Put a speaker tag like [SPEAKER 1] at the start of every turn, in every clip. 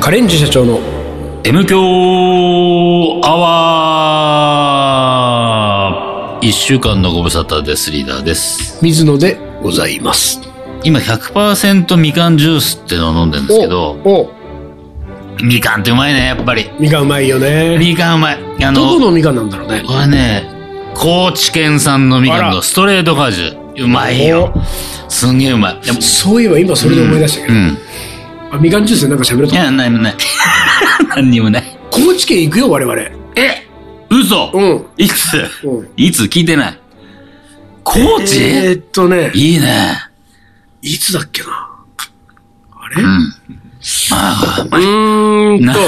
[SPEAKER 1] カレンジ社長の
[SPEAKER 2] M 強アワー一週間のご無沙汰です、リーダーです。
[SPEAKER 1] 水野でございます。
[SPEAKER 2] 今100%みかんジュースってのを飲んでるんですけど、
[SPEAKER 1] お、お、
[SPEAKER 2] みかんってうまいね、やっぱり。
[SPEAKER 1] みかんうまいよね。
[SPEAKER 2] みかんうまい。あ
[SPEAKER 1] どこ
[SPEAKER 2] の、
[SPEAKER 1] のみかんなんだろうね。
[SPEAKER 2] これね、高知県産のみか
[SPEAKER 1] あ
[SPEAKER 2] ん
[SPEAKER 1] ら
[SPEAKER 2] のストレート果汁。うまいよ。すんげえうまい。でも
[SPEAKER 1] そういえば今それで思い出したけ
[SPEAKER 2] う
[SPEAKER 1] ど、
[SPEAKER 2] ん。
[SPEAKER 1] あみかんジュースでなんか喋る
[SPEAKER 2] い
[SPEAKER 1] と
[SPEAKER 2] や、何も ない。何にもない。
[SPEAKER 1] 高知県行くよ、我々。
[SPEAKER 2] え嘘
[SPEAKER 1] うん。
[SPEAKER 2] いつ
[SPEAKER 1] うん
[SPEAKER 2] いつ聞いてない。高知、
[SPEAKER 1] えーっとね、
[SPEAKER 2] いいね。
[SPEAKER 1] いつだっけな。あれ
[SPEAKER 2] まあ、
[SPEAKER 1] うーん
[SPEAKER 2] な
[SPEAKER 1] と、、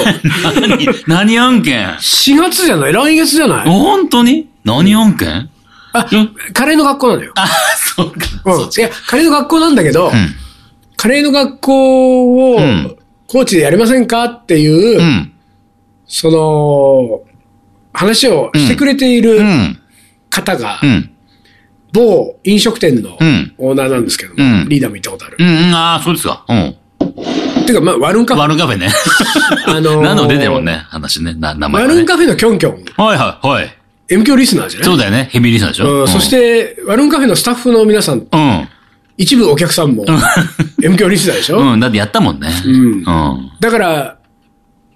[SPEAKER 2] 何、何案件
[SPEAKER 1] 4月じゃない来月じゃない
[SPEAKER 2] 本当に何案件
[SPEAKER 1] あ
[SPEAKER 2] よ、
[SPEAKER 1] カレーの学校なのよ。
[SPEAKER 2] あ、そうか。
[SPEAKER 1] うん。
[SPEAKER 2] そっ
[SPEAKER 1] い
[SPEAKER 2] ち
[SPEAKER 1] や、カレーの学校なんだけど、カレーの学校を
[SPEAKER 2] うん、
[SPEAKER 1] 高知でやりませんかっていう、
[SPEAKER 2] うん。うん。
[SPEAKER 1] その、話をしてくれている
[SPEAKER 2] うん。
[SPEAKER 1] 方が
[SPEAKER 2] う、ん。
[SPEAKER 1] 某飲食店の
[SPEAKER 2] うん
[SPEAKER 1] オーナーなんですけども、
[SPEAKER 2] うん
[SPEAKER 1] リーダーも行ったことある。
[SPEAKER 2] うん。うん。ああ、そうですか。うん。
[SPEAKER 1] ていうか、まあ、ワルンカフェ。
[SPEAKER 2] ワルンカフェね。
[SPEAKER 1] あのー
[SPEAKER 2] 何度も出てるもんね、話ね。な、名前
[SPEAKER 1] ワ
[SPEAKER 2] はね、
[SPEAKER 1] ルンカフェのキョンキョン、
[SPEAKER 2] はいはいはい。
[SPEAKER 1] M 響リスナーじゃない
[SPEAKER 2] そうだよね。ヘビーリスナーでし
[SPEAKER 1] うん
[SPEAKER 2] ょ。うん
[SPEAKER 1] そし、て、ワルンカフェのスタッフの皆さん、
[SPEAKER 2] うん。
[SPEAKER 1] 一部お客さんも、M 響リスナーでしょ、
[SPEAKER 2] うん。だってやったもんね。うんうん。
[SPEAKER 1] だから、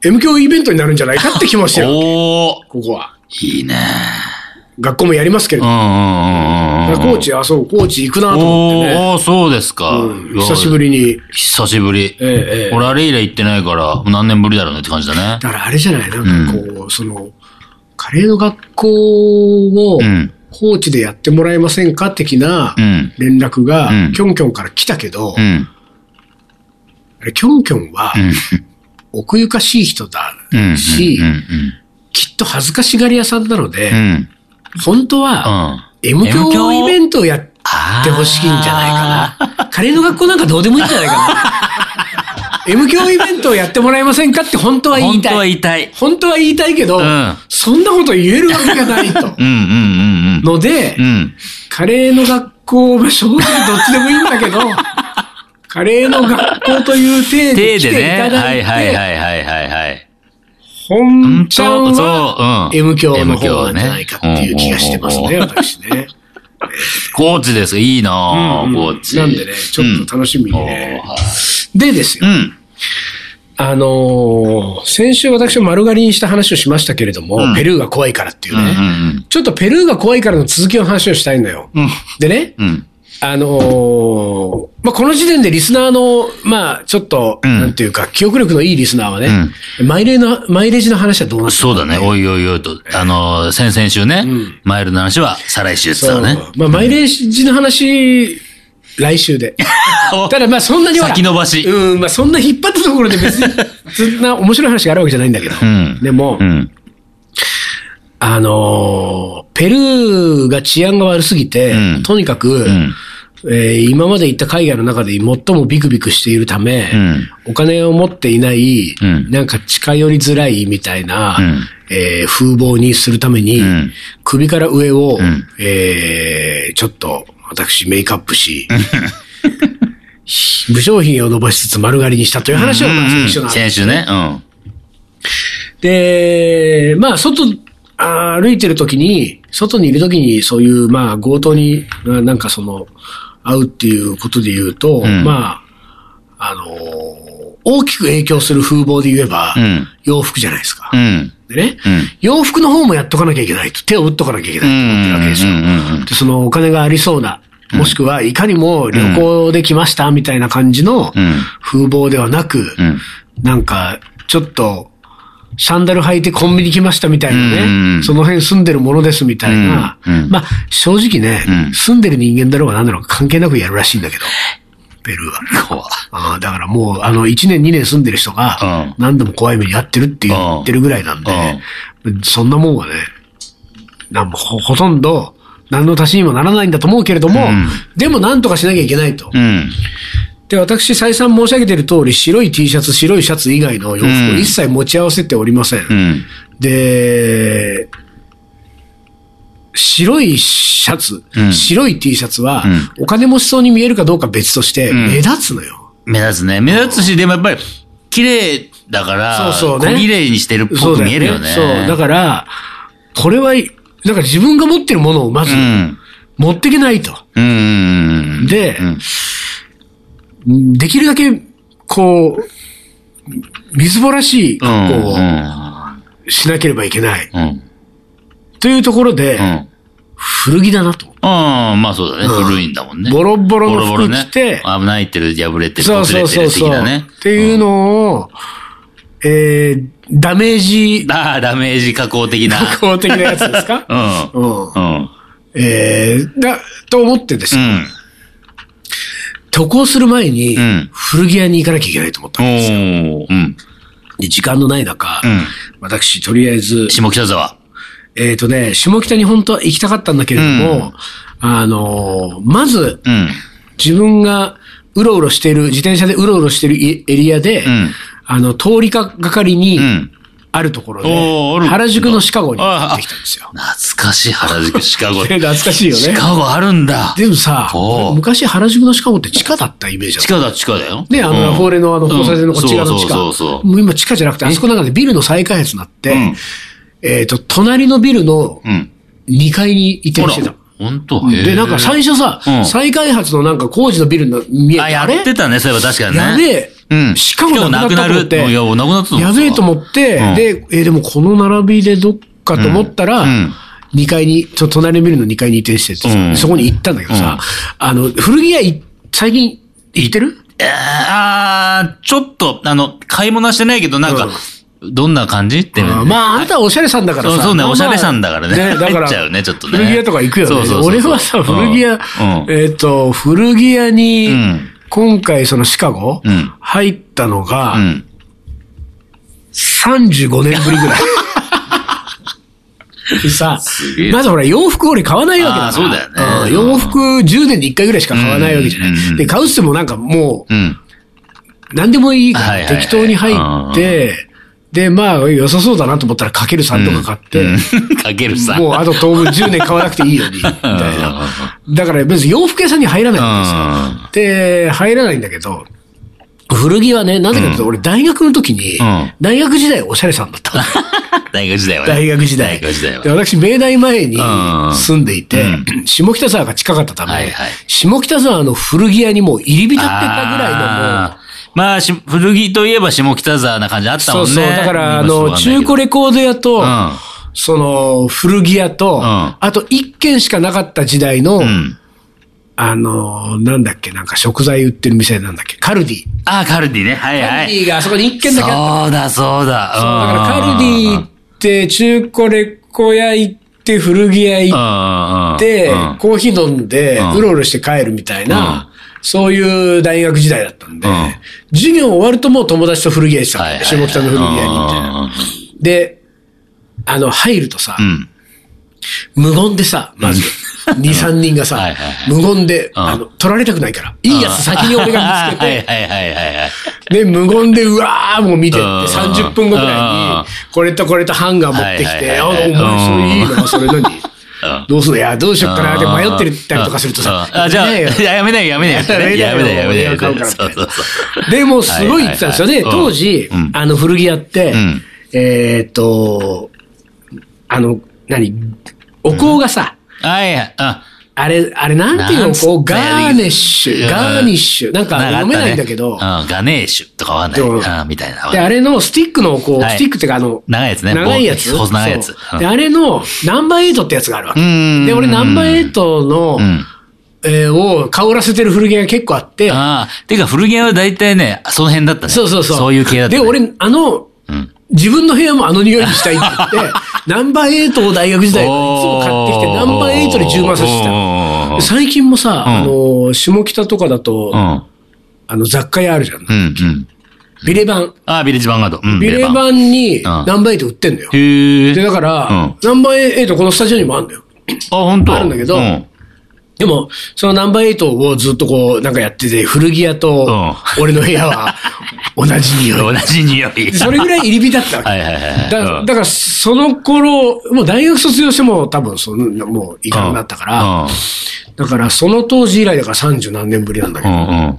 [SPEAKER 1] M 響イベントになるんじゃないかって気もしてる。
[SPEAKER 2] おー。
[SPEAKER 1] ここは。
[SPEAKER 2] いいね。
[SPEAKER 1] 学校もやりますけれ
[SPEAKER 2] う
[SPEAKER 1] ど
[SPEAKER 2] ん。うんうんうんうん。
[SPEAKER 1] 高知、あ、そう、高知行くなと思ってね。
[SPEAKER 2] おー、そうですか。
[SPEAKER 1] うん久しぶりに。
[SPEAKER 2] 久しぶり。
[SPEAKER 1] ええええ
[SPEAKER 2] 俺、あれ以来行ってないから、何年ぶりだろうねって感じだね。
[SPEAKER 1] だからあれじゃないなんかこう、その、カレーの学校を
[SPEAKER 2] うん、
[SPEAKER 1] 高知でやってもらえませんか的な
[SPEAKER 2] うん
[SPEAKER 1] 連絡が
[SPEAKER 2] う、ん
[SPEAKER 1] キョンキョンから来たけど
[SPEAKER 2] う、ん。
[SPEAKER 1] あれキョンキョンは
[SPEAKER 2] うん。
[SPEAKER 1] 奥ゆかしい人だ
[SPEAKER 2] うん。
[SPEAKER 1] し
[SPEAKER 2] う、ん。
[SPEAKER 1] きっと恥ずかしがり屋さんなので
[SPEAKER 2] うん。う、ん。
[SPEAKER 1] 本当は、M
[SPEAKER 2] 教
[SPEAKER 1] 教イベントをやっ
[SPEAKER 2] あー
[SPEAKER 1] てほしいんじゃないかな。カレーの学校なんかどうでもいいんじゃない かな。M 教イベントをやってもらえませんかって本当は言い
[SPEAKER 2] 本
[SPEAKER 1] たい。
[SPEAKER 2] 当は言いたい。
[SPEAKER 1] 本当は言いたいけど、
[SPEAKER 2] うん
[SPEAKER 1] そんなこと言えるわけがないと。
[SPEAKER 2] うんうんうん
[SPEAKER 1] ので、
[SPEAKER 2] うん。うん。
[SPEAKER 1] カレーの学校は正直どっちでもいいんだ けど、カレーの学校という体で
[SPEAKER 2] 手
[SPEAKER 1] 来て
[SPEAKER 2] で
[SPEAKER 1] い
[SPEAKER 2] ね。
[SPEAKER 1] た
[SPEAKER 2] は
[SPEAKER 1] だい
[SPEAKER 2] いはい
[SPEAKER 1] て、
[SPEAKER 2] はいはいはいはい。
[SPEAKER 1] 本ちゃんは
[SPEAKER 2] は
[SPEAKER 1] M 教の方なんじゃないかっていう気がしてますね、私ね。
[SPEAKER 2] コーチです。いいな
[SPEAKER 1] うん
[SPEAKER 2] ぁ、コーチ。
[SPEAKER 1] なんでね、ちょっと楽しみにね。でです
[SPEAKER 2] う
[SPEAKER 1] よ、
[SPEAKER 2] ん。
[SPEAKER 1] あのー先週私は丸刈りにした話をしましたけれども、
[SPEAKER 2] うん
[SPEAKER 1] ペルーが怖いからっていう
[SPEAKER 2] うん。うん。う
[SPEAKER 1] ね、
[SPEAKER 2] ん
[SPEAKER 1] ちょっとペルーが怖いからの続きの話をしたいのよ。
[SPEAKER 2] うん。
[SPEAKER 1] でね、
[SPEAKER 2] うん。
[SPEAKER 1] あのーまあ、この時点でリスナーの、まあ、ちょっと、
[SPEAKER 2] うん
[SPEAKER 1] なんていうか、記憶力のいいリスナーはね、マイレーの、マイレージの話はどうなってる
[SPEAKER 2] そうだね。おいおいおいと。あのー、先々週ね、マイルの話は再来週って言
[SPEAKER 1] そ
[SPEAKER 2] っ
[SPEAKER 1] う
[SPEAKER 2] てたね。
[SPEAKER 1] まあ、マイレージの話、来週 で。
[SPEAKER 2] お
[SPEAKER 1] ただ、まあ、そんなにほら
[SPEAKER 2] 先延ばし
[SPEAKER 1] うん、まあ、そんな引っ張ったところで別 に、そんな面白い話があるわけじゃないんだけど。
[SPEAKER 2] うん
[SPEAKER 1] でも、
[SPEAKER 2] うん。
[SPEAKER 1] あのーペルーが治安が悪すぎて、
[SPEAKER 2] うん
[SPEAKER 1] とにかく、
[SPEAKER 2] ん
[SPEAKER 1] えー今まで行った海外の中で最もビクビクしているため、
[SPEAKER 2] うん
[SPEAKER 1] お金を持っていない、
[SPEAKER 2] うん
[SPEAKER 1] なんか近寄りづらいみたいな、
[SPEAKER 2] うん
[SPEAKER 1] えー風貌にするために、
[SPEAKER 2] ん
[SPEAKER 1] 首から上を、
[SPEAKER 2] ん
[SPEAKER 1] えーちょっと私メイクアップし、 無商品を伸ばしつつ丸刈りにしたという話をまあ先週の話
[SPEAKER 2] 先週ね。うん。
[SPEAKER 1] で、まあ、外、あー歩いてるときに、外にいるときに、そういう、まあ、強盗に、ななんかその、会うっていうことで言うと、
[SPEAKER 2] ん
[SPEAKER 1] まあ、あのー大きく影響する風貌で言えば、
[SPEAKER 2] うん
[SPEAKER 1] 洋服じゃないですか。
[SPEAKER 2] うん。
[SPEAKER 1] でね、
[SPEAKER 2] うん
[SPEAKER 1] 洋服の方もやっとかなきゃいけないと、手を打っとかなきゃいけないと思ってるわけですよ。
[SPEAKER 2] うんうんうんうん
[SPEAKER 1] で、そのお金がありそうな、もしくはいかにも旅行で来ましたみたいな感じの
[SPEAKER 2] うん
[SPEAKER 1] 風貌ではなく、
[SPEAKER 2] うん。
[SPEAKER 1] なんか、ちょっと、サンダル履いてコンビニ来ましたみたいなね、
[SPEAKER 2] うん
[SPEAKER 1] その辺住んでるものですみたいな、
[SPEAKER 2] うんうん
[SPEAKER 1] まあ、正直ね、
[SPEAKER 2] うん
[SPEAKER 1] 住んでる人間だろうが何だろうが関係なくやるらしいんだけど、ペルーは。
[SPEAKER 2] 怖
[SPEAKER 1] あーだからもう、あの、1年2年住んでる人
[SPEAKER 2] うん
[SPEAKER 1] が、何度も怖い目に遭ってるって言ってるぐらいなんで、そんなもんはね、なんもほほとんど、何の足しにもならないんだと思うけれども、
[SPEAKER 2] ん
[SPEAKER 1] でも何とかしなきゃいけないと。
[SPEAKER 2] うん。
[SPEAKER 1] で、私、再三申し上げている通り、白い T シャツ、白いシャツ以外の洋服を一切持ち合わせておりません。
[SPEAKER 2] うん。
[SPEAKER 1] で、白いシャツ、
[SPEAKER 2] うん
[SPEAKER 1] 白い T シャツは、お金持ちそうに見えるかどうか別として、目立つのよ。
[SPEAKER 2] 目立つね。目立つし、でもやっぱり、綺麗だから、
[SPEAKER 1] そうそうね
[SPEAKER 2] 小綺麗にしてるっ
[SPEAKER 1] そ
[SPEAKER 2] ぽ
[SPEAKER 1] う
[SPEAKER 2] く
[SPEAKER 1] だ
[SPEAKER 2] 見えるよね。
[SPEAKER 1] そう。だから、これは、なんか自分が持ってるものをまず
[SPEAKER 2] う、ん。
[SPEAKER 1] 持っていけないと。
[SPEAKER 2] うんうんうん。
[SPEAKER 1] で
[SPEAKER 2] うん
[SPEAKER 1] できるだけ、こう、みずぼらしい
[SPEAKER 2] うん。
[SPEAKER 1] 格好
[SPEAKER 2] う
[SPEAKER 1] を
[SPEAKER 2] ん。
[SPEAKER 1] しなければいけない。
[SPEAKER 2] うん。
[SPEAKER 1] というところで、
[SPEAKER 2] うん。
[SPEAKER 1] 古着だなと。
[SPEAKER 2] ああ、まあそうだね。古いんだもんね。
[SPEAKER 1] ボロボロ
[SPEAKER 2] ボ
[SPEAKER 1] の
[SPEAKER 2] ロボロ
[SPEAKER 1] 服
[SPEAKER 2] ね
[SPEAKER 1] 着て、。
[SPEAKER 2] 危ないってる、破れてる、
[SPEAKER 1] そう
[SPEAKER 2] 擦
[SPEAKER 1] そ
[SPEAKER 2] れ
[SPEAKER 1] う
[SPEAKER 2] て
[SPEAKER 1] そう
[SPEAKER 2] る的
[SPEAKER 1] そう、
[SPEAKER 2] なね。
[SPEAKER 1] っていうのを、えー、ダメージ
[SPEAKER 2] ああ、ダメージ加工 的な。
[SPEAKER 1] 加工的なやつですか
[SPEAKER 2] うん。
[SPEAKER 1] うん。
[SPEAKER 2] うん。
[SPEAKER 1] えー、だ、と思ってです
[SPEAKER 2] う
[SPEAKER 1] よ、
[SPEAKER 2] ん。
[SPEAKER 1] 渡航する前に
[SPEAKER 2] うん、
[SPEAKER 1] 古着屋に行かなきゃいけないと思った
[SPEAKER 2] お
[SPEAKER 1] んです。
[SPEAKER 2] ー。うん。
[SPEAKER 1] で時間のない中、
[SPEAKER 2] うん
[SPEAKER 1] 私、とりあえず、
[SPEAKER 2] 下北沢。
[SPEAKER 1] えっ、とね、下北に本当は行きたかったんだけれども、あのーまず、
[SPEAKER 2] うん。
[SPEAKER 1] 自分がうろうろしている、自転車でうろうろしているいエリアで、
[SPEAKER 2] うん
[SPEAKER 1] あの、通りかかりに
[SPEAKER 2] うん、
[SPEAKER 1] あるところ
[SPEAKER 2] おーあ
[SPEAKER 1] で、
[SPEAKER 2] る
[SPEAKER 1] 原宿のシカゴに行ってきたんですよ。
[SPEAKER 2] 懐かしい原宿、シカゴ。
[SPEAKER 1] 懐かしいよ
[SPEAKER 2] シ
[SPEAKER 1] ね。
[SPEAKER 2] カゴあるんだ。
[SPEAKER 1] でもさ
[SPEAKER 2] お、ー
[SPEAKER 1] 昔原宿のシカゴって地下だったイメージだっ
[SPEAKER 2] 地
[SPEAKER 1] た。
[SPEAKER 2] 下だ、地下だよ。
[SPEAKER 1] ね、あの、ラフォーレのあの、交差点のこっち側の
[SPEAKER 2] の
[SPEAKER 1] 地
[SPEAKER 2] 地
[SPEAKER 1] 下。
[SPEAKER 2] 下。そうそうそう
[SPEAKER 1] もう今地下じゃなくて、あそこなんかでビルの再開発になって、
[SPEAKER 2] ん
[SPEAKER 1] えっ、と、隣のビルの
[SPEAKER 2] そう。うん。
[SPEAKER 1] 2階に移転
[SPEAKER 2] ほ
[SPEAKER 1] してた
[SPEAKER 2] ら。、ほんと。へ
[SPEAKER 1] で、
[SPEAKER 2] ー
[SPEAKER 1] なんか最初さ、
[SPEAKER 2] うん
[SPEAKER 1] 再開発のなんか工事のビルの見えて、
[SPEAKER 2] あ、や
[SPEAKER 1] あ
[SPEAKER 2] っ
[SPEAKER 1] れ
[SPEAKER 2] てたね、そういえば確かにね。
[SPEAKER 1] やべえ
[SPEAKER 2] うん。
[SPEAKER 1] シカゴなくなったと思って
[SPEAKER 2] シカゴなくなるいや、もうなくなってたの
[SPEAKER 1] やべえと思って、
[SPEAKER 2] うん
[SPEAKER 1] で、えーでもこの並びでどっかと思ったら、
[SPEAKER 2] うんうん
[SPEAKER 1] 2階に、ちょ隣のビルの2階に移転しててさ、
[SPEAKER 2] うん
[SPEAKER 1] そこに行ったんだけどさ、あの、古着屋い最近行ってる
[SPEAKER 2] えーあーちょっと、あの、買い物はしてないけど、なんか、どんな感じって。
[SPEAKER 1] あーまあ、あなたはおしゃれさんだから
[SPEAKER 2] そう
[SPEAKER 1] さ。
[SPEAKER 2] そうね、
[SPEAKER 1] まあまあ
[SPEAKER 2] おしゃれさんだからね。
[SPEAKER 1] だか
[SPEAKER 2] 入
[SPEAKER 1] ら
[SPEAKER 2] っちゃうね、ちょっとね。
[SPEAKER 1] 古着屋とか行くよね。
[SPEAKER 2] そうそうそう
[SPEAKER 1] 俺はさ、古着屋、
[SPEAKER 2] うん
[SPEAKER 1] えっ、と、古着屋に、
[SPEAKER 2] うん
[SPEAKER 1] 今回そのシカゴ、
[SPEAKER 2] うん
[SPEAKER 1] 入ったのが、
[SPEAKER 2] うん。
[SPEAKER 1] 35年ぶりぐらい。さ
[SPEAKER 2] げえ、
[SPEAKER 1] まずほら、洋服俺買わないわけだから。
[SPEAKER 2] あーそうだよね
[SPEAKER 1] ん洋服10年に1回ぐらいしか買わないわけじゃない。
[SPEAKER 2] うんうんうん
[SPEAKER 1] で、買うっつってもなんかもう、
[SPEAKER 2] うん。
[SPEAKER 1] 何でもいいか
[SPEAKER 2] はい
[SPEAKER 1] ら
[SPEAKER 2] はいはい
[SPEAKER 1] 適当に入って、で、まあ、良さそうだなと思ったらかける3とか買って、
[SPEAKER 2] うん。かけるさ。
[SPEAKER 1] もうあと当分10年買わなくていい ように、みたいな。だから別に洋服屋さんに入らないわけですよ。で、入らないんだけど、古着はね、なぜかというと、俺大学の時に
[SPEAKER 2] うん、
[SPEAKER 1] 大学時代おしゃれさんだったの。
[SPEAKER 2] 大学時代はね。
[SPEAKER 1] 大学時代。
[SPEAKER 2] 大学時代は
[SPEAKER 1] で。私、明大前に
[SPEAKER 2] うん
[SPEAKER 1] 住んでいて、下北沢が近かったため、
[SPEAKER 2] はいはい
[SPEAKER 1] 下北沢の古着屋にもう入り浸ってたぐらいのもう
[SPEAKER 2] あーまあ、し古着といえば下北沢な感じあったも
[SPEAKER 1] そ
[SPEAKER 2] ん
[SPEAKER 1] う
[SPEAKER 2] ね。
[SPEAKER 1] そう。だから、あ
[SPEAKER 2] 今ちょっと
[SPEAKER 1] の、
[SPEAKER 2] わかんな
[SPEAKER 1] 中
[SPEAKER 2] いけど
[SPEAKER 1] 古レコード屋と、
[SPEAKER 2] うん
[SPEAKER 1] その、古着屋と、
[SPEAKER 2] ん
[SPEAKER 1] あと一軒しかなかった時代の、
[SPEAKER 2] うん。
[SPEAKER 1] あの、なんだっけ、なんか食材売ってる店なんだっけ、カルディ。
[SPEAKER 2] あー、カルディね。はい
[SPEAKER 1] カ
[SPEAKER 2] は
[SPEAKER 1] ルデ
[SPEAKER 2] い。
[SPEAKER 1] ィがあそこに一軒だけあった
[SPEAKER 2] そ
[SPEAKER 1] そう
[SPEAKER 2] うだ、そうだ。
[SPEAKER 1] だからカルディ行
[SPEAKER 2] っ
[SPEAKER 1] って、中古レコ屋行って、古着屋行って、
[SPEAKER 2] て
[SPEAKER 1] で、コーヒー飲んで、
[SPEAKER 2] ん
[SPEAKER 1] うろうろして帰るみたいな、そういう大学時代だったんで、
[SPEAKER 2] うん
[SPEAKER 1] 授業終わるともう友達と古着屋行ってたの、
[SPEAKER 2] はいはい
[SPEAKER 1] 下北の古着屋にみたいな。で、あの、入るとさ、
[SPEAKER 2] うん。
[SPEAKER 1] 無言でさ、まず、2、3人がさ、
[SPEAKER 2] はいはいは
[SPEAKER 1] 無言で、
[SPEAKER 2] ん
[SPEAKER 1] あの、取られたくないから、いいやつ先に俺が見つけて、
[SPEAKER 2] はいはいはいはいはい。
[SPEAKER 1] で、無言で、うわーもう見てって、
[SPEAKER 2] うん
[SPEAKER 1] 30分後ぐらいに、これとこれとハンガー持ってきて、あ、お
[SPEAKER 2] はいはいはい
[SPEAKER 1] 前、それいいな、それ何
[SPEAKER 2] うん
[SPEAKER 1] どうすんのいや、どうしよっかな、で迷ってるったりとかするとさ、
[SPEAKER 2] うんあ、じゃあ、
[SPEAKER 1] ねえよ
[SPEAKER 2] やめないやめないやめないやめないやめないやめない。そうそうそう。
[SPEAKER 1] でも、すごい言ってたんですよ
[SPEAKER 2] は
[SPEAKER 1] ね。
[SPEAKER 2] いはいはい
[SPEAKER 1] 当時
[SPEAKER 2] うん、
[SPEAKER 1] あの、古着屋って
[SPEAKER 2] ん、
[SPEAKER 1] えーっと、あの、何お香がさ、
[SPEAKER 2] はい、あ、
[SPEAKER 1] あれ、あれなんていう
[SPEAKER 2] なん
[SPEAKER 1] の
[SPEAKER 2] つった
[SPEAKER 1] こ
[SPEAKER 2] よ
[SPEAKER 1] う、ガーネッシ
[SPEAKER 2] うん
[SPEAKER 1] ュ、ガーニッシュ。なんか読めないんだけ
[SPEAKER 2] う
[SPEAKER 1] ど
[SPEAKER 2] ん、、ガネーシュとかはない。
[SPEAKER 1] でも
[SPEAKER 2] あみたいな。
[SPEAKER 1] で、あれのスティックのお香、
[SPEAKER 2] はい
[SPEAKER 1] スティックっていうかあの、
[SPEAKER 2] 長いやつね。
[SPEAKER 1] 長いやつ
[SPEAKER 2] 棒細長いやつ
[SPEAKER 1] そ。うで、あれの、ナンバーエイトってやつがあるわけ。
[SPEAKER 2] うん
[SPEAKER 1] で、俺ナンバーエイトの、
[SPEAKER 2] うん。
[SPEAKER 1] えーを香らせてる古着屋が結構あって、
[SPEAKER 2] ああ、てか古着屋は大体ね、その辺だったね。
[SPEAKER 1] そうそうそう。
[SPEAKER 2] そういう系だったね。
[SPEAKER 1] で、俺、あの、
[SPEAKER 2] ん
[SPEAKER 1] 自分の部屋もあの匂いにしたいって言 って、ナンバーエイトを大学時代はいつも買ってきて、ナンバーエイトで10万差してたの。
[SPEAKER 2] た
[SPEAKER 1] 最近もさ、
[SPEAKER 2] うん
[SPEAKER 1] あの、下北とかだと、
[SPEAKER 2] うん。
[SPEAKER 1] あの、雑貨屋あるじゃん。
[SPEAKER 2] うん、うん。
[SPEAKER 1] ビレバン。
[SPEAKER 2] ああ、ビレッジヴァンガード。うん
[SPEAKER 1] ビレバンに
[SPEAKER 2] ん
[SPEAKER 1] ナンバーエイト売ってんのよ。
[SPEAKER 2] へえ。
[SPEAKER 1] で、だから、
[SPEAKER 2] うん
[SPEAKER 1] ナンバーエイトこのスタジオにもあるのよ。
[SPEAKER 2] あ、本当
[SPEAKER 1] あるんだけど
[SPEAKER 2] うん
[SPEAKER 1] でも、そのナンバーエイトをずっとこう、なんかやってて、古着屋と、俺の部屋は同じ匂い。
[SPEAKER 2] 同じ匂い。
[SPEAKER 1] それぐらい入り浸ったわけ。
[SPEAKER 2] はいはいはい。
[SPEAKER 1] だ
[SPEAKER 2] うん
[SPEAKER 1] だから、その頃、もう大学卒業しても多分その、もういかなくなったから、
[SPEAKER 2] うん
[SPEAKER 1] だからその当時以来だから三十何年ぶりなんだけ
[SPEAKER 2] う
[SPEAKER 1] ど、
[SPEAKER 2] んうん。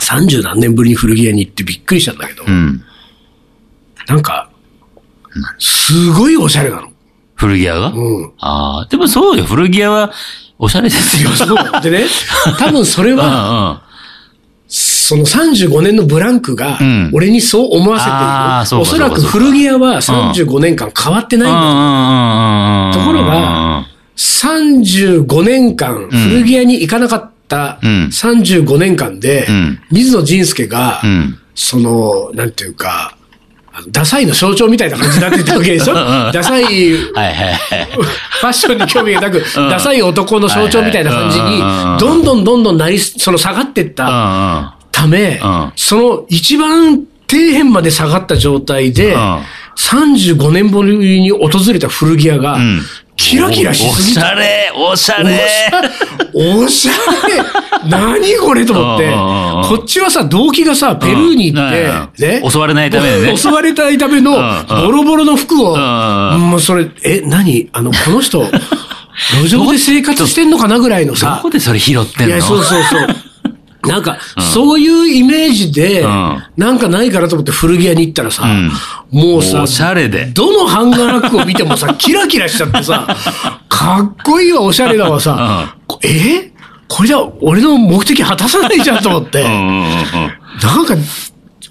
[SPEAKER 1] 三十何年ぶりに古着屋に行ってびっくりしたんだけど、
[SPEAKER 2] うん。
[SPEAKER 1] なんか、すごいおしゃれなの。
[SPEAKER 2] 古着屋が
[SPEAKER 1] うん。
[SPEAKER 2] ああ、でもそうよ。古着屋は、おしゃれです
[SPEAKER 1] い
[SPEAKER 2] よ
[SPEAKER 1] や、。 そう。でね、多分それ
[SPEAKER 2] うんう
[SPEAKER 1] は、
[SPEAKER 2] ん。
[SPEAKER 1] その35年のブランクが
[SPEAKER 2] うん、
[SPEAKER 1] 俺にそう思わせている。
[SPEAKER 2] あーそうか
[SPEAKER 1] おそら
[SPEAKER 2] そ
[SPEAKER 1] く
[SPEAKER 2] うかそうか
[SPEAKER 1] 古着屋は35年間変わってないんだ。
[SPEAKER 2] うんうんうんうんうんうんうん
[SPEAKER 1] ところが、35年間、古着屋に行かなかった
[SPEAKER 2] うん
[SPEAKER 1] 35年間で
[SPEAKER 2] うん、
[SPEAKER 1] 水野仁介が
[SPEAKER 2] う、ん。
[SPEAKER 1] その、なんていうか、あのダサいの象徴みたいな感じになってたわけでしょ
[SPEAKER 2] ん
[SPEAKER 1] ダサい
[SPEAKER 2] はいはいはい。
[SPEAKER 1] ファッションに興味がなく、ダサい男の象徴みたいな感じ
[SPEAKER 2] はいはいうん
[SPEAKER 1] に、どんどんどんどんなり、その下がってった
[SPEAKER 2] う
[SPEAKER 1] ため、
[SPEAKER 2] うん
[SPEAKER 1] その一番底辺まで下がった状態で、
[SPEAKER 2] うん
[SPEAKER 1] 35年ぶりに訪れた古着屋が、
[SPEAKER 2] ん
[SPEAKER 1] キラキラし
[SPEAKER 2] んうん。お
[SPEAKER 1] すぎ
[SPEAKER 2] してゃれおしゃれ
[SPEAKER 1] おしゃれ何これと思って
[SPEAKER 2] うんうんうんう、ん
[SPEAKER 1] こっちはさ、動機がさ、ペルーに行って、
[SPEAKER 2] うん
[SPEAKER 1] ね。
[SPEAKER 2] 襲われないためにね
[SPEAKER 1] 襲われないための、
[SPEAKER 2] んうん
[SPEAKER 1] ボロボロの服を、
[SPEAKER 2] んうん
[SPEAKER 1] もうそれ、え、何あの、この人、路上で生活してんのかなぐらいの
[SPEAKER 2] ど
[SPEAKER 1] さ
[SPEAKER 2] こ、でそれ拾ってんの
[SPEAKER 1] いや、そうそうそう。なんか、そういうイメージで、
[SPEAKER 2] ん
[SPEAKER 1] なんかないかなと思って古着屋に行ったらさ、
[SPEAKER 2] ん
[SPEAKER 1] もうさ
[SPEAKER 2] お、しゃれで。
[SPEAKER 1] どのハンガーラックを見ても さ、キラキラしちゃってさ、かっこいいわ、おしゃれだわさ、えこれじゃ俺の目的果たさないじゃんと思って、
[SPEAKER 2] うんうんうんうん。
[SPEAKER 1] なんか、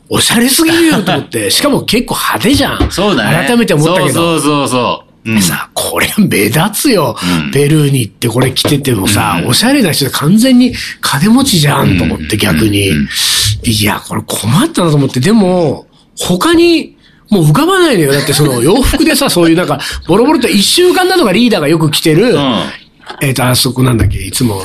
[SPEAKER 1] おしゃれすぎるよと思って、しかも結構派手じゃん。
[SPEAKER 2] そうだね。
[SPEAKER 1] 改めて思ったけど。
[SPEAKER 2] そうそうそうそう。うん
[SPEAKER 1] さ、これ目立つよ。
[SPEAKER 2] うん
[SPEAKER 1] ペルーに行ってこれ着ててもさ、おしゃれな人で完全に金持ちじゃんと思って逆に。いや、これ困ったなと思って、でも、他に、もう浮かばないのよ。だってその洋服で さ、そういうなんか、ボロボロと一週間なのがリーダーがよく着てる、
[SPEAKER 2] うん
[SPEAKER 1] えっ、と、あそこなんだっけ、いつも、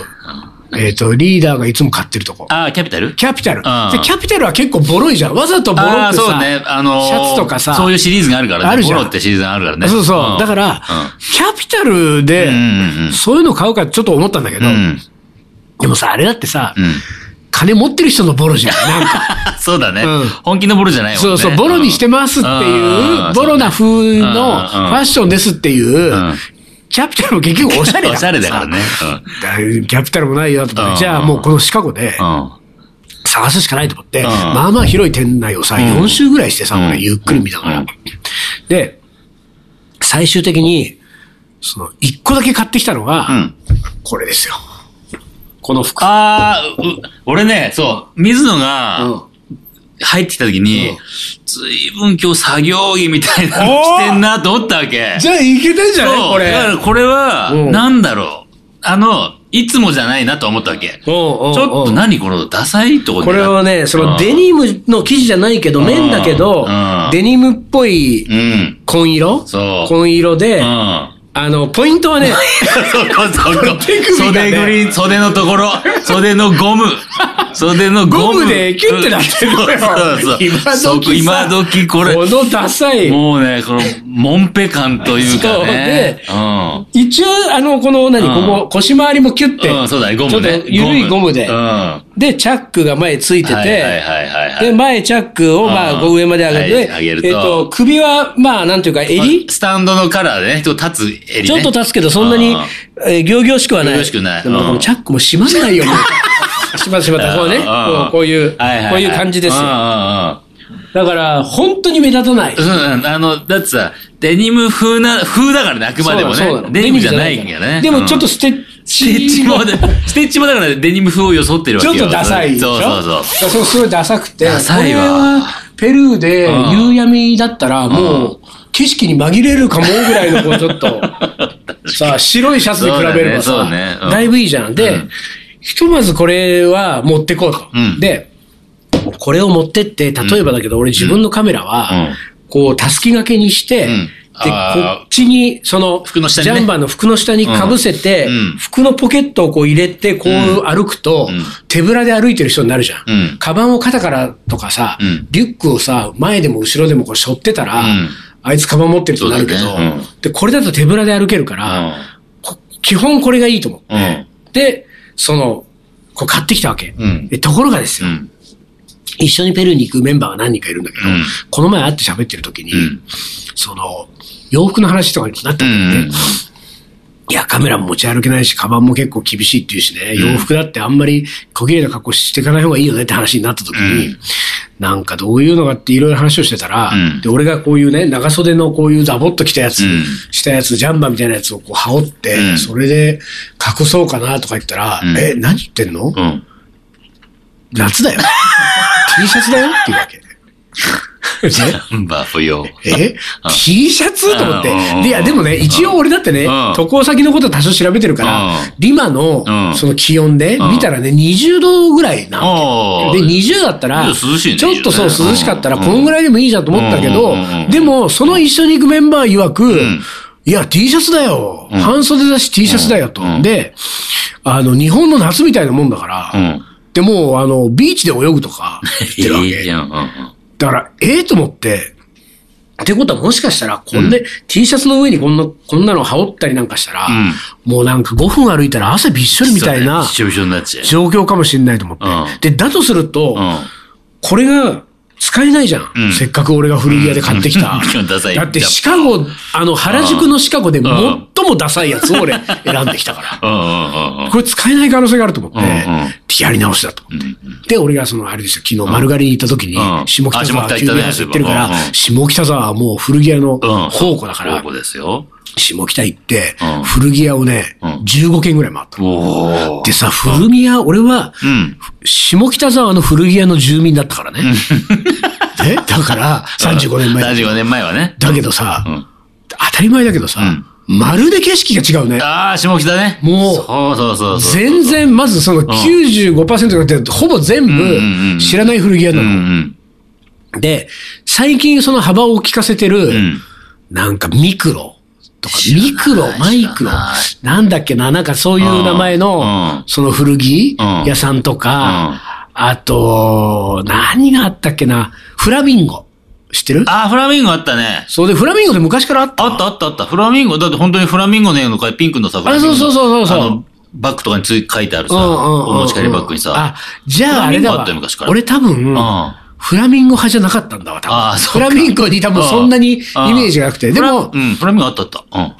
[SPEAKER 1] えっ、と、リーダーがいつも買ってるとこ。
[SPEAKER 2] あー、キャピタル
[SPEAKER 1] キャピタル、
[SPEAKER 2] ん
[SPEAKER 1] で。キャピタルは結構ボロいじゃん。わざとボロ
[SPEAKER 2] ああ
[SPEAKER 1] く
[SPEAKER 2] ー、そう
[SPEAKER 1] さ、
[SPEAKER 2] ね。あのー、
[SPEAKER 1] シャツとかさ
[SPEAKER 2] そういうシリーズがあるからね。
[SPEAKER 1] あるじゃん
[SPEAKER 2] ボロってシリーズがあるからね。
[SPEAKER 1] そうそう。
[SPEAKER 2] ん
[SPEAKER 1] だから、
[SPEAKER 2] う
[SPEAKER 1] キャピタルで、
[SPEAKER 2] んうんうん
[SPEAKER 1] そういうの買うかちょっと思ったんだけど、
[SPEAKER 2] ん。うん。
[SPEAKER 1] でもさ、あれだってさ、
[SPEAKER 2] うん。
[SPEAKER 1] 金持ってる人のボロじゃん。なんか、
[SPEAKER 2] あ そうだね
[SPEAKER 1] うん。
[SPEAKER 2] 本気のボロじゃないもんね。
[SPEAKER 1] そうそう、ボロにしてますって
[SPEAKER 2] う
[SPEAKER 1] い
[SPEAKER 2] ん
[SPEAKER 1] う、ボロな風のフ
[SPEAKER 2] うん
[SPEAKER 1] ァッションですっていう
[SPEAKER 2] うん、
[SPEAKER 1] キャピタルも結局おしゃれだから
[SPEAKER 2] お
[SPEAKER 1] さ。
[SPEAKER 2] しゃれだからね。
[SPEAKER 1] だキャピタルもないよと思っ
[SPEAKER 2] うん
[SPEAKER 1] て、じゃあもうこのシカゴで
[SPEAKER 2] うん。うん
[SPEAKER 1] 探すしかないと思って、
[SPEAKER 2] ん
[SPEAKER 1] まあまあ広い店内をさ、4周ぐらいしてさ、
[SPEAKER 2] うん
[SPEAKER 1] 俺ゆっくり見なが
[SPEAKER 2] う
[SPEAKER 1] ら
[SPEAKER 2] ん。
[SPEAKER 1] で、最終的に、その、1個だけ買ってきたの
[SPEAKER 2] う
[SPEAKER 1] が、
[SPEAKER 2] ん。
[SPEAKER 1] これですよ。この服。
[SPEAKER 2] ああ、う俺ね、そう、水野
[SPEAKER 1] うん
[SPEAKER 2] が入ってきた時に、
[SPEAKER 1] うん
[SPEAKER 2] ずいぶん今日作業着みたいなの着てんなと思ったわけ。
[SPEAKER 1] じゃあいけたんじゃない
[SPEAKER 2] そう
[SPEAKER 1] こ
[SPEAKER 2] だか
[SPEAKER 1] れ。
[SPEAKER 2] らこれは、
[SPEAKER 1] うん
[SPEAKER 2] なんだろう。あの、いつもじゃないなと思ったわけ。ち
[SPEAKER 1] ょ
[SPEAKER 2] ょっと何このダサいとこ
[SPEAKER 1] これはね、そのデニムの生地じゃないけど、
[SPEAKER 2] ん
[SPEAKER 1] 綿だけど
[SPEAKER 2] うん、
[SPEAKER 1] デニムっぽい
[SPEAKER 2] うん。
[SPEAKER 1] 紺色
[SPEAKER 2] そう
[SPEAKER 1] 紺色で、
[SPEAKER 2] うん。
[SPEAKER 1] あの、ポイントはね、
[SPEAKER 2] そこそこ。
[SPEAKER 1] 手首がね
[SPEAKER 2] 袖ぐり、袖のところ、袖のゴム。袖のゴム。
[SPEAKER 1] ゴムでキュッてなってるのよ
[SPEAKER 2] そうそうそ
[SPEAKER 1] 今
[SPEAKER 2] う。
[SPEAKER 1] 時さ
[SPEAKER 2] そこ今時これ。
[SPEAKER 1] このダサい。
[SPEAKER 2] もうね、この、もんぺ感というかね。
[SPEAKER 1] 一応、あの、この、何、
[SPEAKER 2] うん
[SPEAKER 1] ここ、腰回りもキュッ
[SPEAKER 2] う
[SPEAKER 1] て
[SPEAKER 2] ん。うん、そうだね、ゴム
[SPEAKER 1] ちょ
[SPEAKER 2] ね
[SPEAKER 1] っ。と緩いゴムで
[SPEAKER 2] うん。は
[SPEAKER 1] で、チャックが前つい
[SPEAKER 2] い
[SPEAKER 1] てて、
[SPEAKER 2] はいはいはいはい。
[SPEAKER 1] で、前チャックを、まあ、
[SPEAKER 2] うん
[SPEAKER 1] こう上まで上げて、
[SPEAKER 2] はい上げると
[SPEAKER 1] えっと、首は、まあ、なんていうか、襟
[SPEAKER 2] スタンドのカラーでね、ちょっと立つ襟ね。
[SPEAKER 1] ちょっと立つけど、そんなに
[SPEAKER 2] うん、
[SPEAKER 1] えー、行々しくはない。
[SPEAKER 2] 仰々しくない
[SPEAKER 1] でも
[SPEAKER 2] うん
[SPEAKER 1] このチャックも閉まらない よ、もう。しましまった。こうね。
[SPEAKER 2] ん
[SPEAKER 1] こうこういう、こう
[SPEAKER 2] ははは
[SPEAKER 1] いう感じです
[SPEAKER 2] うんうんう
[SPEAKER 1] よ。
[SPEAKER 2] ん
[SPEAKER 1] だから、本当に目立たない。
[SPEAKER 2] うん、あの、だってさ、デニム風な、風だからね、あくまでも
[SPEAKER 1] そうなの
[SPEAKER 2] ね。デニムじゃないん
[SPEAKER 1] デニム
[SPEAKER 2] だ
[SPEAKER 1] じゃな
[SPEAKER 2] ね。
[SPEAKER 1] いでも、ちょっ
[SPEAKER 2] う
[SPEAKER 1] と
[SPEAKER 2] ん
[SPEAKER 1] ステッ
[SPEAKER 2] ステッチ
[SPEAKER 1] チ
[SPEAKER 2] も
[SPEAKER 1] も、
[SPEAKER 2] ね、 ステッチもだからデニム風を装ってるわ
[SPEAKER 1] ちょ
[SPEAKER 2] けよ。
[SPEAKER 1] っとダサいでしょ
[SPEAKER 2] そうそうそう。
[SPEAKER 1] だからそうすごいダサくて。
[SPEAKER 2] ダサいわ
[SPEAKER 1] これは、ペルーで
[SPEAKER 2] うん
[SPEAKER 1] 夕闇だったら、もう、景色に紛れるかもぐらいの、こう、ちょっ と、さあ、白いシャツで比べれば
[SPEAKER 2] そ
[SPEAKER 1] さ
[SPEAKER 2] うだねそうだね、うん
[SPEAKER 1] だいぶいいじゃん。で、
[SPEAKER 2] うん
[SPEAKER 1] ひとまずこれは持ってこうと。
[SPEAKER 2] うん
[SPEAKER 1] で、これを持ってって、例えばだけど、俺自分のカメラは、
[SPEAKER 2] うん
[SPEAKER 1] こう、たすき掛けにして、
[SPEAKER 2] うん
[SPEAKER 1] で、
[SPEAKER 2] あー
[SPEAKER 1] こっちに、その、
[SPEAKER 2] 服の下に
[SPEAKER 1] ジ
[SPEAKER 2] ね
[SPEAKER 1] ャンバーの服の下にかぶせて、
[SPEAKER 2] うんうん
[SPEAKER 1] 服のポケットをこう入れて、こう歩くと、
[SPEAKER 2] うん
[SPEAKER 1] 手ぶらで歩いてる人になるじゃん。
[SPEAKER 2] うん
[SPEAKER 1] カバンを肩からとかさ、
[SPEAKER 2] うん
[SPEAKER 1] リュックをさ、前でも後ろでもこう背負ってたら、
[SPEAKER 2] うん
[SPEAKER 1] あいつカバン持ってる人になるけど、
[SPEAKER 2] そうだね
[SPEAKER 1] で、これだと手ぶらで歩けるから、こ基本これがいいと思って、
[SPEAKER 2] うん
[SPEAKER 1] で、その、こう買ってきたわけ。
[SPEAKER 2] うん
[SPEAKER 1] でところがです
[SPEAKER 2] う
[SPEAKER 1] よ、
[SPEAKER 2] ん。
[SPEAKER 1] 一緒にペルーに行くメンバーが何人かいるんだけど、
[SPEAKER 2] うん
[SPEAKER 1] この前会って喋ってる時に、
[SPEAKER 2] うん
[SPEAKER 1] その、洋服の話とかになった
[SPEAKER 2] うん
[SPEAKER 1] だよね。
[SPEAKER 2] ん。
[SPEAKER 1] いや、カメラも持ち歩けないし、カバンも結構厳しいっていうしね、洋服だってあんまり小綺麗な格好していかない方がいいよねって話になった時に、なんかどういうのがっていろいろ話をしてたら、
[SPEAKER 2] うん
[SPEAKER 1] で、俺がこういうね、長袖のこういうザボっと着たやつ、
[SPEAKER 2] うん
[SPEAKER 1] したやつ、ジャンバーみたいなやつをこう羽織って、
[SPEAKER 2] うん
[SPEAKER 1] それで隠そうかなとか言ったら、
[SPEAKER 2] うん
[SPEAKER 1] え、何言ってんの、
[SPEAKER 2] うん。
[SPEAKER 1] 夏だよ。T シャツだよっていうわ け。ね
[SPEAKER 2] ナンバー不要。
[SPEAKER 1] え ?T シャツと思って。
[SPEAKER 2] うん
[SPEAKER 1] で、いや、でもね、一応俺だってね
[SPEAKER 2] うん、
[SPEAKER 1] 渡航先のこと多少調べてるから
[SPEAKER 2] うん、
[SPEAKER 1] リマの
[SPEAKER 2] うん
[SPEAKER 1] その気温で
[SPEAKER 2] うん
[SPEAKER 1] 見たらね、20度ぐららいな
[SPEAKER 2] あ
[SPEAKER 1] わ
[SPEAKER 2] あ
[SPEAKER 1] け。で、20だったら、
[SPEAKER 2] いや涼しいね
[SPEAKER 1] ちょっとそう、
[SPEAKER 2] いいよね
[SPEAKER 1] 涼しかったら、
[SPEAKER 2] うん
[SPEAKER 1] こんぐらいでもいいじゃんと思ったけ
[SPEAKER 2] う
[SPEAKER 1] ど
[SPEAKER 2] んうんうんう、ん
[SPEAKER 1] でも、その一緒に行くメンバー曰く
[SPEAKER 2] ん、
[SPEAKER 1] いや、T シャツだよ。
[SPEAKER 2] うん
[SPEAKER 1] 半袖だし T シャツだよと
[SPEAKER 2] うんう。ん
[SPEAKER 1] で、あの、日本の夏みたいなもんだから、
[SPEAKER 2] うん。
[SPEAKER 1] で、もう、あの、ビーチで泳ぐとか言ってるわ
[SPEAKER 2] い
[SPEAKER 1] け
[SPEAKER 2] い。じゃん。うん
[SPEAKER 1] だから、ええと思って、ってことはもしかしたら、こんで、T シャツの上にこんな、こんなの羽織ったりなんかしたら、
[SPEAKER 2] うん
[SPEAKER 1] もうなんか5分歩いたら汗びっしょりみたいな
[SPEAKER 2] びしょびしょになっちゃう。
[SPEAKER 1] 状況かもしれないと思って。
[SPEAKER 2] うん
[SPEAKER 1] で、だとすると、
[SPEAKER 2] うん。
[SPEAKER 1] これが使えないじゃん。
[SPEAKER 2] うん
[SPEAKER 1] せっかく俺が古着屋で買ってきた。
[SPEAKER 2] うんダサい
[SPEAKER 1] だってシカゴ、あの、原宿のシカゴで最もダサいやつを俺選んできたから。
[SPEAKER 2] うんうんうんうん。
[SPEAKER 1] これ使えない可能性があると思って、
[SPEAKER 2] うんうん
[SPEAKER 1] やり直しだと思って。で、俺がその、あれですよ、昨日丸刈りに行った時に
[SPEAKER 2] う、ん
[SPEAKER 1] 下北
[SPEAKER 2] あ下
[SPEAKER 1] 沢
[SPEAKER 2] 北
[SPEAKER 1] 急
[SPEAKER 2] 行った
[SPEAKER 1] に
[SPEAKER 2] ね
[SPEAKER 1] 走ってるから
[SPEAKER 2] うんう、ん
[SPEAKER 1] 下北沢はもう古着屋の
[SPEAKER 2] うん
[SPEAKER 1] 宝庫だから、
[SPEAKER 2] 宝庫ですよ。
[SPEAKER 1] 下北行って
[SPEAKER 2] う、ん
[SPEAKER 1] 古着屋をね、
[SPEAKER 2] うん
[SPEAKER 1] 15軒ぐらい回ったの。
[SPEAKER 2] おお
[SPEAKER 1] で。さ、古着屋、俺は、
[SPEAKER 2] うん。
[SPEAKER 1] 下北沢の古着屋の住民だったからね。 ねだから、35年前。
[SPEAKER 2] 35年前はね。
[SPEAKER 1] だけどさ
[SPEAKER 2] うん、
[SPEAKER 1] 当たり前だけどさ、まるで景色が違うね。
[SPEAKER 2] ああ、下北ね。
[SPEAKER 1] もう
[SPEAKER 2] そうそうそうそう。
[SPEAKER 1] 全然、まずその95%が出て、ほぼ全
[SPEAKER 2] んう
[SPEAKER 1] 部
[SPEAKER 2] ん
[SPEAKER 1] 知らない古着屋な
[SPEAKER 2] うん
[SPEAKER 1] の。
[SPEAKER 2] うん。
[SPEAKER 1] で、最近その幅を利かせてる、
[SPEAKER 2] ん
[SPEAKER 1] なんかミクロとか、ミクロ、
[SPEAKER 2] い
[SPEAKER 1] マイクロ
[SPEAKER 2] 知らな、
[SPEAKER 1] なんだっけな、なんかそういう名前
[SPEAKER 2] う
[SPEAKER 1] の
[SPEAKER 2] ん、
[SPEAKER 1] その古着
[SPEAKER 2] うん
[SPEAKER 1] 屋さんとか、あと、何があったっけな、フラミンゴ。知ってる
[SPEAKER 2] ああ、フラミンゴあったね。
[SPEAKER 1] そうで、フラミンゴって昔からあった
[SPEAKER 2] あったあったあった。フラミンゴ、だって本当にフラミンゴの絵のかピンクのさ、フ
[SPEAKER 1] あ
[SPEAKER 2] ラ
[SPEAKER 1] れ
[SPEAKER 2] ミンゴ
[SPEAKER 1] そう
[SPEAKER 2] の
[SPEAKER 1] そうそうそうそう
[SPEAKER 2] あの、バッグとかについ書いてあるさ、
[SPEAKER 1] うんうんうんうん
[SPEAKER 2] お持ち帰りバッグにさ。
[SPEAKER 1] あ、じゃああれだわ
[SPEAKER 2] フラミンゴあったよ昔か。ら
[SPEAKER 1] 俺多分
[SPEAKER 2] ん、
[SPEAKER 1] フラミンゴ派じゃなかったんだわ、多
[SPEAKER 2] あ
[SPEAKER 1] 分。
[SPEAKER 2] あそ
[SPEAKER 1] フ
[SPEAKER 2] うか
[SPEAKER 1] ラミンゴに多分そんなにイ
[SPEAKER 2] うん
[SPEAKER 1] メージがなくて。でも
[SPEAKER 2] う、ん、フラミンゴあったあった。うん。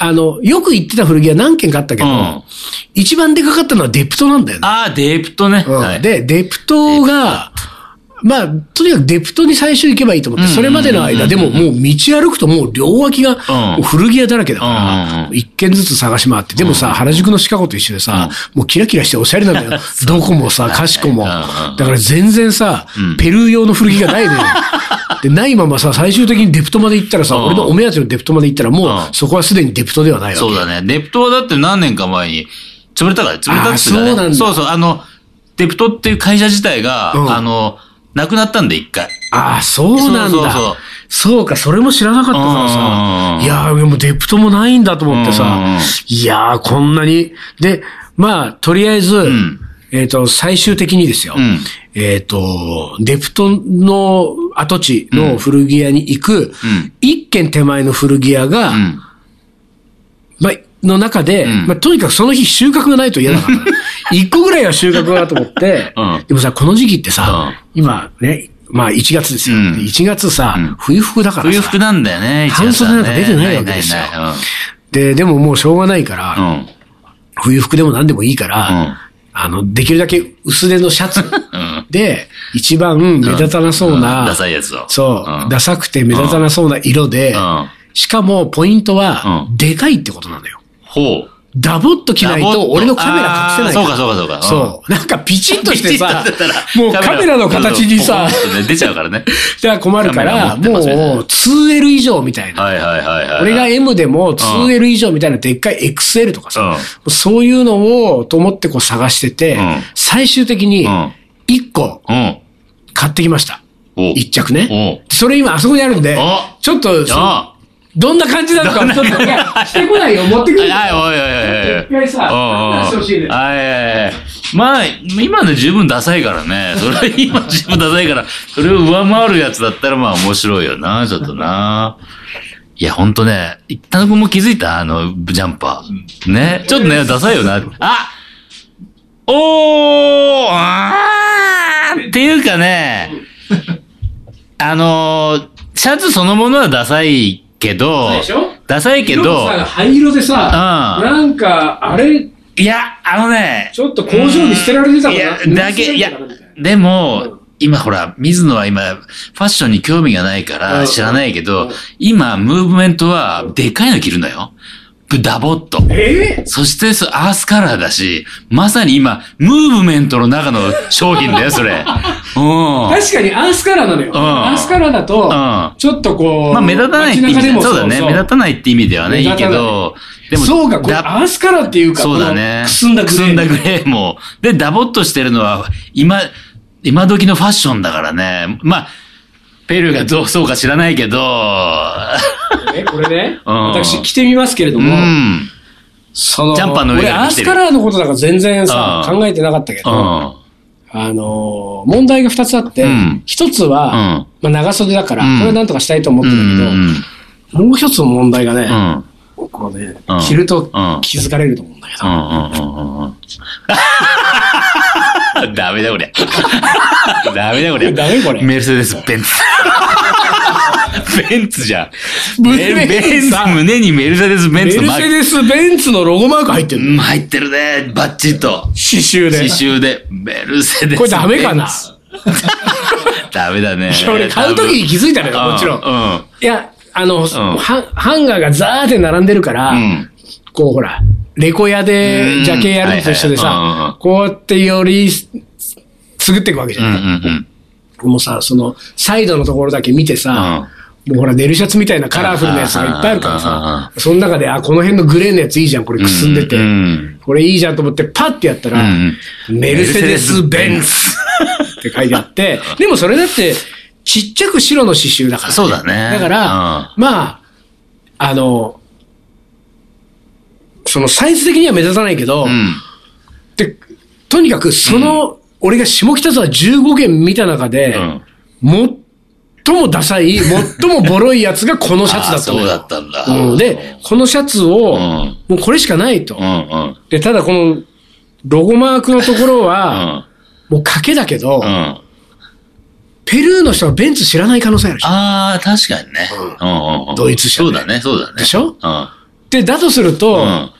[SPEAKER 1] あの、よく行ってた古着屋何軒かあったけど、
[SPEAKER 2] うん
[SPEAKER 1] 一番でかかったのはデプトなんだよね。
[SPEAKER 2] ああ、デープトね。
[SPEAKER 1] うん
[SPEAKER 2] はい。
[SPEAKER 1] で、デプトが、まあ、とにかくデプトに最初行けばいいと思って、それまでの間、でももう道歩くともう両脇がもう古着屋だらけだ
[SPEAKER 2] うんうん
[SPEAKER 1] か
[SPEAKER 2] う
[SPEAKER 1] ら、一軒ずつ探し回って、でもさ、原宿のシカゴと一緒でさ、もうキラキラしておしゃれなんだ よ。どこもさ、かしこも。
[SPEAKER 2] うんうん
[SPEAKER 1] だから全然さ、ペルー用の古着がないの よ。で、ないままさ、最終的にデプトまで行ったらさ、
[SPEAKER 2] うん
[SPEAKER 1] 俺のお目当てのデプトまで行ったら、も
[SPEAKER 2] う
[SPEAKER 1] う、
[SPEAKER 2] ん
[SPEAKER 1] そこはすでにデプトではないわけ。
[SPEAKER 2] そうだね。デプトはだって何年か前に、潰れたから、潰れたっていかね
[SPEAKER 1] あーそうなんだ
[SPEAKER 2] そうそう、あの、デプトっていう会社自体が、
[SPEAKER 1] うん
[SPEAKER 2] あの、なくなったんで、一回。
[SPEAKER 1] ああ、そうなんだ。そ
[SPEAKER 2] そううそうそう
[SPEAKER 1] か、それも知らなかったから
[SPEAKER 2] うんうんう
[SPEAKER 1] さ。
[SPEAKER 2] ん
[SPEAKER 1] いやー、でもデプトもないんだと思って
[SPEAKER 2] うんうんう
[SPEAKER 1] さ
[SPEAKER 2] ん。
[SPEAKER 1] いやー、こんなに。で、まあ、とりあえず、
[SPEAKER 2] ん
[SPEAKER 1] えっ、と、最終的にですよ。
[SPEAKER 2] うん
[SPEAKER 1] えっ、と、デプトの跡地の古着屋に行く
[SPEAKER 2] ん、
[SPEAKER 1] 一、軒手前の古着屋が、
[SPEAKER 2] うん。
[SPEAKER 1] まあ、の中で、
[SPEAKER 2] ん
[SPEAKER 1] まあ、とにかくその日収穫がないと嫌だ から、一個ぐらいは収穫がと思って、
[SPEAKER 2] うん
[SPEAKER 1] でもさ、この時期ってさ、今ね、まあ1月ですよ。
[SPEAKER 2] うん
[SPEAKER 1] 1月さ、
[SPEAKER 2] ん
[SPEAKER 1] 冬服だから
[SPEAKER 2] 冬
[SPEAKER 1] さ。
[SPEAKER 2] 服なんだよね、
[SPEAKER 1] 半袖なんか出てないわ
[SPEAKER 2] よ
[SPEAKER 1] けですよ
[SPEAKER 2] ないない
[SPEAKER 1] で、でももうしょうがないから、
[SPEAKER 2] ないうん。
[SPEAKER 1] 冬服でも何でもいいから、
[SPEAKER 2] うん
[SPEAKER 1] あの、できるだけ薄手のシャ ツ
[SPEAKER 2] うん
[SPEAKER 1] で、一番目立たなそうな、
[SPEAKER 2] うんダサいやつを。
[SPEAKER 1] そう、
[SPEAKER 2] ん
[SPEAKER 1] ダサくて目立たなそうな色で、
[SPEAKER 2] うん
[SPEAKER 1] しかもポイントは、
[SPEAKER 2] うん
[SPEAKER 1] でかいってことなのよ。
[SPEAKER 2] ほう。
[SPEAKER 1] ダボっと着ない
[SPEAKER 2] ダボっ
[SPEAKER 1] と、
[SPEAKER 2] と
[SPEAKER 1] 俺のカメラ隠せない
[SPEAKER 2] あーそうかそうかそうか
[SPEAKER 1] そう。なんかピチッとしてさ
[SPEAKER 2] ピチッとなった、ら
[SPEAKER 1] もうカメラの形に
[SPEAKER 2] カメ
[SPEAKER 1] さ
[SPEAKER 2] ラ、ポコンってね出ちゃうからね。
[SPEAKER 1] じゃあ困るか
[SPEAKER 2] カメラ
[SPEAKER 1] ら、
[SPEAKER 2] 持って
[SPEAKER 1] もう
[SPEAKER 2] ますよね
[SPEAKER 1] 2L 以上みたいな。
[SPEAKER 2] はいはいはいはい。
[SPEAKER 1] 俺が M でも 2L 以上みたいなでっかい XL とかさ、そういうのをと思ってこう探してて、
[SPEAKER 2] うん
[SPEAKER 1] 最終的に
[SPEAKER 2] うん
[SPEAKER 1] 1個
[SPEAKER 2] うん。
[SPEAKER 1] 買ってきました。
[SPEAKER 2] うん。お
[SPEAKER 1] 1着ね
[SPEAKER 2] お。
[SPEAKER 1] それ今あそこにあるんで
[SPEAKER 2] あ、
[SPEAKER 1] ちょっと、
[SPEAKER 2] あ
[SPEAKER 1] どんな感じなのか、ちょっといやしてこないよ、持ってくる
[SPEAKER 2] はい
[SPEAKER 1] よ。
[SPEAKER 2] はいおいおいおいおい。
[SPEAKER 1] 一回さ
[SPEAKER 2] うんうん
[SPEAKER 1] 話してほしいね
[SPEAKER 2] はいはいはい。まあ、今の十分ダサいからね。それは今十分ダサいから、それを上回るやつだったらまあ面白いよな、ちょっとな。いや、ほんとね、一旦君も気づいたあの、ジャンパー。ね。ちょっとね、ダサいよな。あおーあーっていうかね、あのー、シャツそのものはダサいけど
[SPEAKER 1] ダサいでしょ、
[SPEAKER 2] ダサいけ
[SPEAKER 1] 色も
[SPEAKER 2] ど、
[SPEAKER 1] さ灰色でさ、
[SPEAKER 2] うん
[SPEAKER 1] なんか、あれ、
[SPEAKER 2] いや、あのね。
[SPEAKER 1] ちょっと工場に捨てられてたかな
[SPEAKER 2] うんいや、だけ、いや、でも、今ほら、水野は今、ファッションに興味がないか
[SPEAKER 1] うん
[SPEAKER 2] ら知らないけ
[SPEAKER 1] うん
[SPEAKER 2] ど、今、ムーブメントは、でかいの着るのよ。ダボっと。
[SPEAKER 1] え
[SPEAKER 2] そして、そうアースカラーだし、まさに今、ムーブメントの中の商品だよ、そ れ。
[SPEAKER 1] 確
[SPEAKER 2] うん。
[SPEAKER 1] かにアースカラーなのよ。
[SPEAKER 2] うん
[SPEAKER 1] アースカラーだと
[SPEAKER 2] うん、ま
[SPEAKER 1] ちょっとこう、
[SPEAKER 2] あ、目立たないって意味
[SPEAKER 1] 街中で
[SPEAKER 2] で、
[SPEAKER 1] も
[SPEAKER 2] そうだね。目立たないって意味ではね、
[SPEAKER 1] 目
[SPEAKER 2] い
[SPEAKER 1] 立
[SPEAKER 2] い
[SPEAKER 1] たな
[SPEAKER 2] け
[SPEAKER 1] い
[SPEAKER 2] ど、で
[SPEAKER 1] そうか、これ
[SPEAKER 2] ダ
[SPEAKER 1] アースカラーっていうか、
[SPEAKER 2] そうだね
[SPEAKER 1] こ。のくすんだグレー
[SPEAKER 2] くすんだグレーも。で、ダボっとしてるのは、今、今時のファッションだからね。まあ、ペルーがどうそうか知らないけど、
[SPEAKER 1] ねこれね、
[SPEAKER 2] うん
[SPEAKER 1] 私着てみますけれど
[SPEAKER 2] う
[SPEAKER 1] も、
[SPEAKER 2] ん。
[SPEAKER 1] その、
[SPEAKER 2] ジャンパーの上
[SPEAKER 1] 俺
[SPEAKER 2] から
[SPEAKER 1] アー
[SPEAKER 2] 着て
[SPEAKER 1] ス
[SPEAKER 2] る
[SPEAKER 1] カラーのことだから全然さ、
[SPEAKER 2] うん
[SPEAKER 1] 考えてなかったけ
[SPEAKER 2] う
[SPEAKER 1] ど、
[SPEAKER 2] ん。
[SPEAKER 1] あのー問題が2つあって
[SPEAKER 2] うん、
[SPEAKER 1] 一、つは、
[SPEAKER 2] うん
[SPEAKER 1] まあ、長袖だから、
[SPEAKER 2] うん
[SPEAKER 1] これはなんとかしたいと思っ
[SPEAKER 2] う
[SPEAKER 1] て
[SPEAKER 2] ん。う
[SPEAKER 1] るけど、
[SPEAKER 2] ん。
[SPEAKER 1] もう一つの問題がね、
[SPEAKER 2] うん。
[SPEAKER 1] こうね
[SPEAKER 2] うん、
[SPEAKER 1] 着ると
[SPEAKER 2] うん
[SPEAKER 1] 気づかれると思うんだけど、
[SPEAKER 2] うん。ダメだこりゃ。ダメだこりゃ。
[SPEAKER 1] ダメこれ
[SPEAKER 2] メルセデス・ベンツ。ベンツじゃん。
[SPEAKER 1] 胸に
[SPEAKER 2] ベンツ
[SPEAKER 1] さ、
[SPEAKER 2] 胸にメルセデス・ベン
[SPEAKER 1] メ
[SPEAKER 2] ツの
[SPEAKER 1] ル
[SPEAKER 2] マー
[SPEAKER 1] セ
[SPEAKER 2] ク。
[SPEAKER 1] デス・ベンツのロゴマーク入ってるの、
[SPEAKER 2] うん、入ってるね。バッチリと。
[SPEAKER 1] 刺繍で。
[SPEAKER 2] 刺繍で、メルセデス。
[SPEAKER 1] これダメかな
[SPEAKER 2] ベンツ ダメだね
[SPEAKER 1] いや。俺買うときに気づいたのよ、
[SPEAKER 2] 多分
[SPEAKER 1] もちろん。
[SPEAKER 2] うん。
[SPEAKER 1] いや、あの、ハンハンガーがザーって並んでるから、
[SPEAKER 2] うん。
[SPEAKER 1] こうほら、レコ屋
[SPEAKER 2] う
[SPEAKER 1] で
[SPEAKER 2] ん
[SPEAKER 1] ジャケやるのと一緒で
[SPEAKER 2] はいはいはいうん
[SPEAKER 1] さ、こうやってよりすすぐっていくわけじ
[SPEAKER 2] う
[SPEAKER 1] ゃ。
[SPEAKER 2] んうんん
[SPEAKER 1] もうさ、その、サイドのところだけ見てさ、もうほら、寝るシャツみたいなカラフルなやつがいっぱいあるからさ、その中で、あ、この辺のグレーのやついいじゃん、これ
[SPEAKER 2] うん。
[SPEAKER 1] くすんでて
[SPEAKER 2] う。ん。
[SPEAKER 1] これいいじゃんと思って、パッてやったら
[SPEAKER 2] うんうん、
[SPEAKER 1] メルセデス・ベンツって書いてあって、でもそれだって、ちっちゃく白の刺繍だから。
[SPEAKER 2] そうだね。
[SPEAKER 1] だから、まあ、あの、そのサイズ的には目立たないけど、
[SPEAKER 2] うん、うん。
[SPEAKER 1] で、とにかくその、俺が下北沢15軒見た中で、
[SPEAKER 2] うん
[SPEAKER 1] 最もダサい、最もボロいやつがこのシャツだったのよ
[SPEAKER 2] あーそうだったんだ
[SPEAKER 1] うで、このシャツを、
[SPEAKER 2] うん
[SPEAKER 1] もうこれしかないと。
[SPEAKER 2] うんうん。
[SPEAKER 1] で、ただこの、ロゴマークのところ
[SPEAKER 2] う
[SPEAKER 1] は、
[SPEAKER 2] ん。
[SPEAKER 1] もう賭けだけど、
[SPEAKER 2] うん。
[SPEAKER 1] ペルーの人はベンツ知らない可能性あるじゃん
[SPEAKER 2] ああ、確かにね。うんうんうん。
[SPEAKER 1] ドイツ車
[SPEAKER 2] そうだね、そうだね。
[SPEAKER 1] でしょ
[SPEAKER 2] うん。
[SPEAKER 1] で、だとすると、
[SPEAKER 2] うん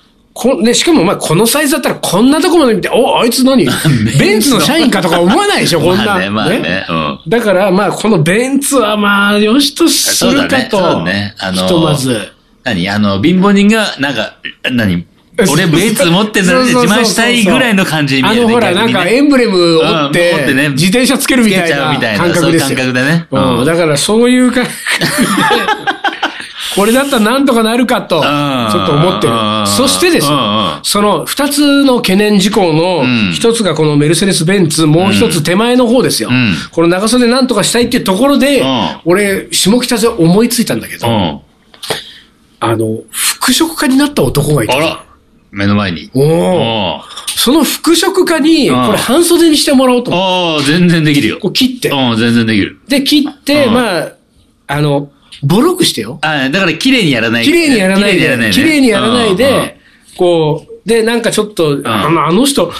[SPEAKER 1] こね、しかもお前このサイズだったらこんなとこまで見て、お、あいつ 何ベンツの社員かとか思わないでしょ、こんな。
[SPEAKER 2] まあね、まあね。うん。
[SPEAKER 1] だから、まあ、このベンツはまあ、よしとするかと。
[SPEAKER 2] そうだねそうだねあのー
[SPEAKER 1] ひとまず。
[SPEAKER 2] 何あの、貧乏人が、なんか、 何俺ベンツ持ってんだなって
[SPEAKER 1] そうそうそ
[SPEAKER 2] 自
[SPEAKER 1] うそう
[SPEAKER 2] 慢したいぐらいの感じに見え
[SPEAKER 1] あ
[SPEAKER 2] る、ね。
[SPEAKER 1] の、ほら、
[SPEAKER 2] 逆
[SPEAKER 1] な
[SPEAKER 2] に
[SPEAKER 1] ん
[SPEAKER 2] ね
[SPEAKER 1] かエンブレム
[SPEAKER 2] うん
[SPEAKER 1] 折って
[SPEAKER 2] 持って、ね
[SPEAKER 1] 自転車つけるみたい
[SPEAKER 2] つけちゃうみた
[SPEAKER 1] ない
[SPEAKER 2] な
[SPEAKER 1] 感覚ですよ。
[SPEAKER 2] そういう感覚だねうん
[SPEAKER 1] うん。だから、そういう 感覚で、これだったらなんとかなるかと、ちょ
[SPEAKER 2] ん
[SPEAKER 1] っと思ってる
[SPEAKER 2] う。ん
[SPEAKER 1] そしてです
[SPEAKER 2] う
[SPEAKER 1] よ
[SPEAKER 2] んうん、
[SPEAKER 1] その二つの懸念事項の
[SPEAKER 2] ん
[SPEAKER 1] 一つがこのメルセデス・ベンツ、もう一つ手前の方ですよ
[SPEAKER 2] ん。
[SPEAKER 1] この長袖なんとかしたいっていうところで
[SPEAKER 2] うん、
[SPEAKER 1] 俺、下北沢思いついたんだけど、
[SPEAKER 2] うん。
[SPEAKER 1] あの、服飾家になった男がいた。
[SPEAKER 2] あら目の前に。
[SPEAKER 1] おー
[SPEAKER 2] お
[SPEAKER 1] その服飾家に、
[SPEAKER 2] うん
[SPEAKER 1] これ半袖にしてもらおうと思って。
[SPEAKER 2] ああ、全然できるよ。
[SPEAKER 1] こう切って。
[SPEAKER 2] うん、全然できる。
[SPEAKER 1] で、切って、
[SPEAKER 2] うん
[SPEAKER 1] まあ、あの、ボロくしてよ。
[SPEAKER 2] ああ、だから綺麗にやらない。
[SPEAKER 1] 綺麗にやらないで、綺麗にやらない
[SPEAKER 2] ねうんうんうん
[SPEAKER 1] で、こう、で、なんかちょっと、あのあの 人、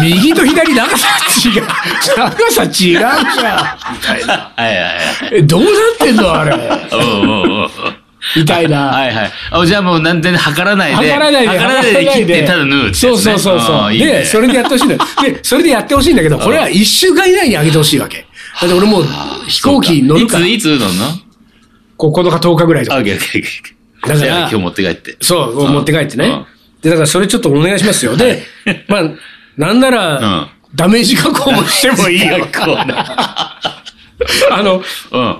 [SPEAKER 1] 右と左長さ違う。長さ違うじゃん。
[SPEAKER 2] はいはいはい。
[SPEAKER 1] え、どうなってんのあれ。
[SPEAKER 2] おうおうおう
[SPEAKER 1] みたいな。
[SPEAKER 2] はいはい。あじゃあもうなんて測らないで。
[SPEAKER 1] 測らないで、
[SPEAKER 2] 測らないで切ってただ縫うってやつね、
[SPEAKER 1] そうそうそうそ
[SPEAKER 2] あ
[SPEAKER 1] う。
[SPEAKER 2] ーいいね
[SPEAKER 1] で、それでやってほしいんだよ。で、それでやってほしいんだけど、これは一週間以内にあげてほしいわけ。だって俺もう飛行機乗るから、
[SPEAKER 2] いつ、いつ乗るの
[SPEAKER 1] 9日10日ぐらいと
[SPEAKER 2] あ、
[SPEAKER 1] か。
[SPEAKER 2] オッケーオッケーオッケ
[SPEAKER 1] だ
[SPEAKER 2] ー。
[SPEAKER 1] から
[SPEAKER 2] じゃあ今日持って帰って。
[SPEAKER 1] そう、
[SPEAKER 2] うん
[SPEAKER 1] 持って帰って
[SPEAKER 2] う
[SPEAKER 1] ね
[SPEAKER 2] ん。
[SPEAKER 1] で、だからそれちょっとお願いしますよ。で、まあ、なんな
[SPEAKER 2] うん
[SPEAKER 1] ら、ダメージ加工もしてもいい よ。
[SPEAKER 2] こうな。
[SPEAKER 1] あの、
[SPEAKER 2] うん。うん。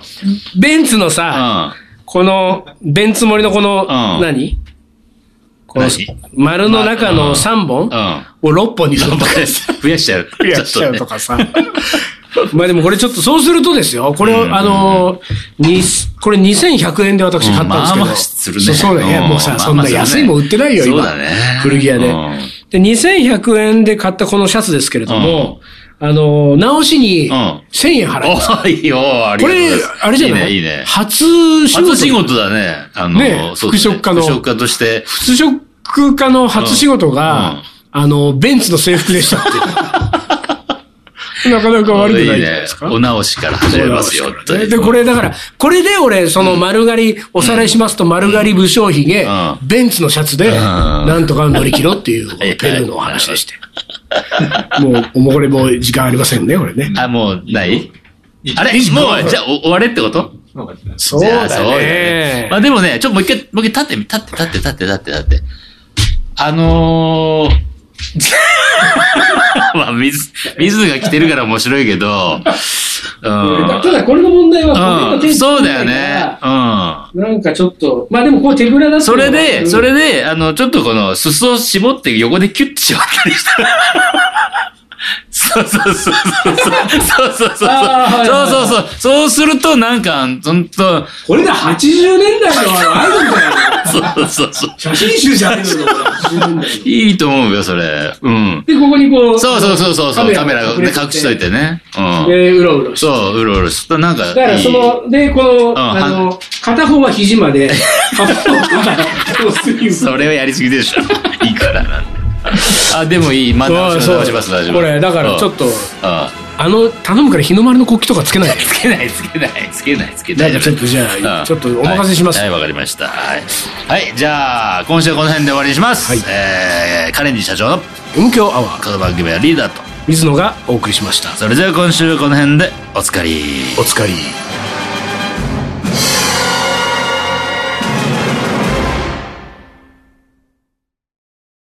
[SPEAKER 1] ベンツのさ、この、ベンツ盛りのこの、
[SPEAKER 2] ん
[SPEAKER 1] 何この
[SPEAKER 2] 何
[SPEAKER 1] 丸の中
[SPEAKER 2] まう
[SPEAKER 1] の
[SPEAKER 2] ん
[SPEAKER 1] 3本
[SPEAKER 2] うん
[SPEAKER 1] を6本にするとか
[SPEAKER 2] 増やしちゃう。
[SPEAKER 1] 増やしちゃうと
[SPEAKER 2] か。
[SPEAKER 1] かさ。 まあでもこれちょっとそうするとですよ、これを、あの、に、これ2100円で私買ったんですけど。
[SPEAKER 2] まあまあするね
[SPEAKER 1] そうそうだ
[SPEAKER 2] う
[SPEAKER 1] ね。
[SPEAKER 2] ん
[SPEAKER 1] もうさ、
[SPEAKER 2] まあまあ
[SPEAKER 1] そんな
[SPEAKER 2] するね
[SPEAKER 1] 安いもん売ってないよ、今。
[SPEAKER 2] そうだね
[SPEAKER 1] 古着屋で
[SPEAKER 2] うん。
[SPEAKER 1] で、2100円で買ったこのシャツですけれども、あの、直しに
[SPEAKER 2] うん
[SPEAKER 1] 1000円払います。
[SPEAKER 2] おいよ、あり
[SPEAKER 1] こ
[SPEAKER 2] がとうご
[SPEAKER 1] れ
[SPEAKER 2] ざいます。、
[SPEAKER 1] あれじゃない
[SPEAKER 2] いいね、いいね。
[SPEAKER 1] 初仕事。
[SPEAKER 2] 初仕事だね。あの、
[SPEAKER 1] ね
[SPEAKER 2] そうだ
[SPEAKER 1] 服飾家の
[SPEAKER 2] 服飾家として。
[SPEAKER 1] 普通職家の初仕事
[SPEAKER 2] うんう
[SPEAKER 1] が
[SPEAKER 2] ん、
[SPEAKER 1] あの、ベンツの制服でした っていう。なかなか悪くないじゃないですか。
[SPEAKER 2] お直しから始めますよ。という
[SPEAKER 1] で、これだから、これで俺、その丸刈り、おさらいしますと丸刈り武将髭、
[SPEAKER 2] うん
[SPEAKER 1] ベンツのシャツで、
[SPEAKER 2] ん
[SPEAKER 1] なんとか乗り切ろうっていう、
[SPEAKER 2] いはい
[SPEAKER 1] ペルーのお話でして。もう、もうこれもう時間ありませんね、これね。
[SPEAKER 2] あ、もう、ない
[SPEAKER 3] い
[SPEAKER 2] あれ
[SPEAKER 1] いい
[SPEAKER 2] もう、じゃあ、お終われってこと
[SPEAKER 3] なんかね
[SPEAKER 1] そうだ
[SPEAKER 2] じゃあ
[SPEAKER 1] ね。
[SPEAKER 2] まあでもね、ちょっともう一回、もう一回立ってみ、立って、立って、立って、立って、立って。あのー、 まあ、水、水が来てるから面白いけど、うん。
[SPEAKER 3] ただこれの問題は、これの
[SPEAKER 2] う
[SPEAKER 3] 手
[SPEAKER 2] ん、
[SPEAKER 3] につかな
[SPEAKER 2] そう
[SPEAKER 3] い
[SPEAKER 2] だ
[SPEAKER 3] から
[SPEAKER 2] よね。うん。
[SPEAKER 3] なんかちょっと、まあでもこう手ぶらだった
[SPEAKER 2] それで、それで、あの、ちょっとこの、裾を絞って横でキュッて絞ったりしたら。そうそうそうそう。そうそうそう。そう
[SPEAKER 3] あーはいはい
[SPEAKER 2] そうそう。そうすると、なんか、ほんと、
[SPEAKER 3] これで80年代のあのアイドルだよ。
[SPEAKER 2] そうそうそう。
[SPEAKER 3] 写真集じゃ ないのよ、80年代の。
[SPEAKER 2] いいと思うよ、それ。うん。
[SPEAKER 3] で、ここにこう、
[SPEAKER 2] そうそうそうそうそう、カメラ
[SPEAKER 3] が
[SPEAKER 2] をね隠しといてね。うん。
[SPEAKER 3] で、うろうろして。
[SPEAKER 2] そう、うろうろしたなんかいい。
[SPEAKER 3] だからその、で、この、
[SPEAKER 2] ん
[SPEAKER 3] あの、片方は肘ま で、片方はこうすぎる。
[SPEAKER 2] それはやりすぎでしょ。 いいからなんで。あ、でもいい。まだ
[SPEAKER 1] うん
[SPEAKER 2] 直し
[SPEAKER 1] そう
[SPEAKER 2] 直します、直します。
[SPEAKER 1] これ、だからちょ
[SPEAKER 2] と。
[SPEAKER 1] っと、
[SPEAKER 2] あ
[SPEAKER 1] あの、頼むから日の丸の国旗とかつけないで。
[SPEAKER 2] つけない、つけない、つけない、つけない。
[SPEAKER 1] ちょっとじゃあ
[SPEAKER 2] うん
[SPEAKER 1] ちょっとお任せします
[SPEAKER 2] はい、はいわ、かりました。はい。はい、じゃあ、今週はこの辺で終わりにします。
[SPEAKER 1] はい
[SPEAKER 2] えー、カレンジ社長の
[SPEAKER 1] 音響アワー、
[SPEAKER 2] この番組はリーダーと。
[SPEAKER 1] 水野がお送りしました。
[SPEAKER 2] それでは今週はこの辺でおつかり。
[SPEAKER 1] お疲れ。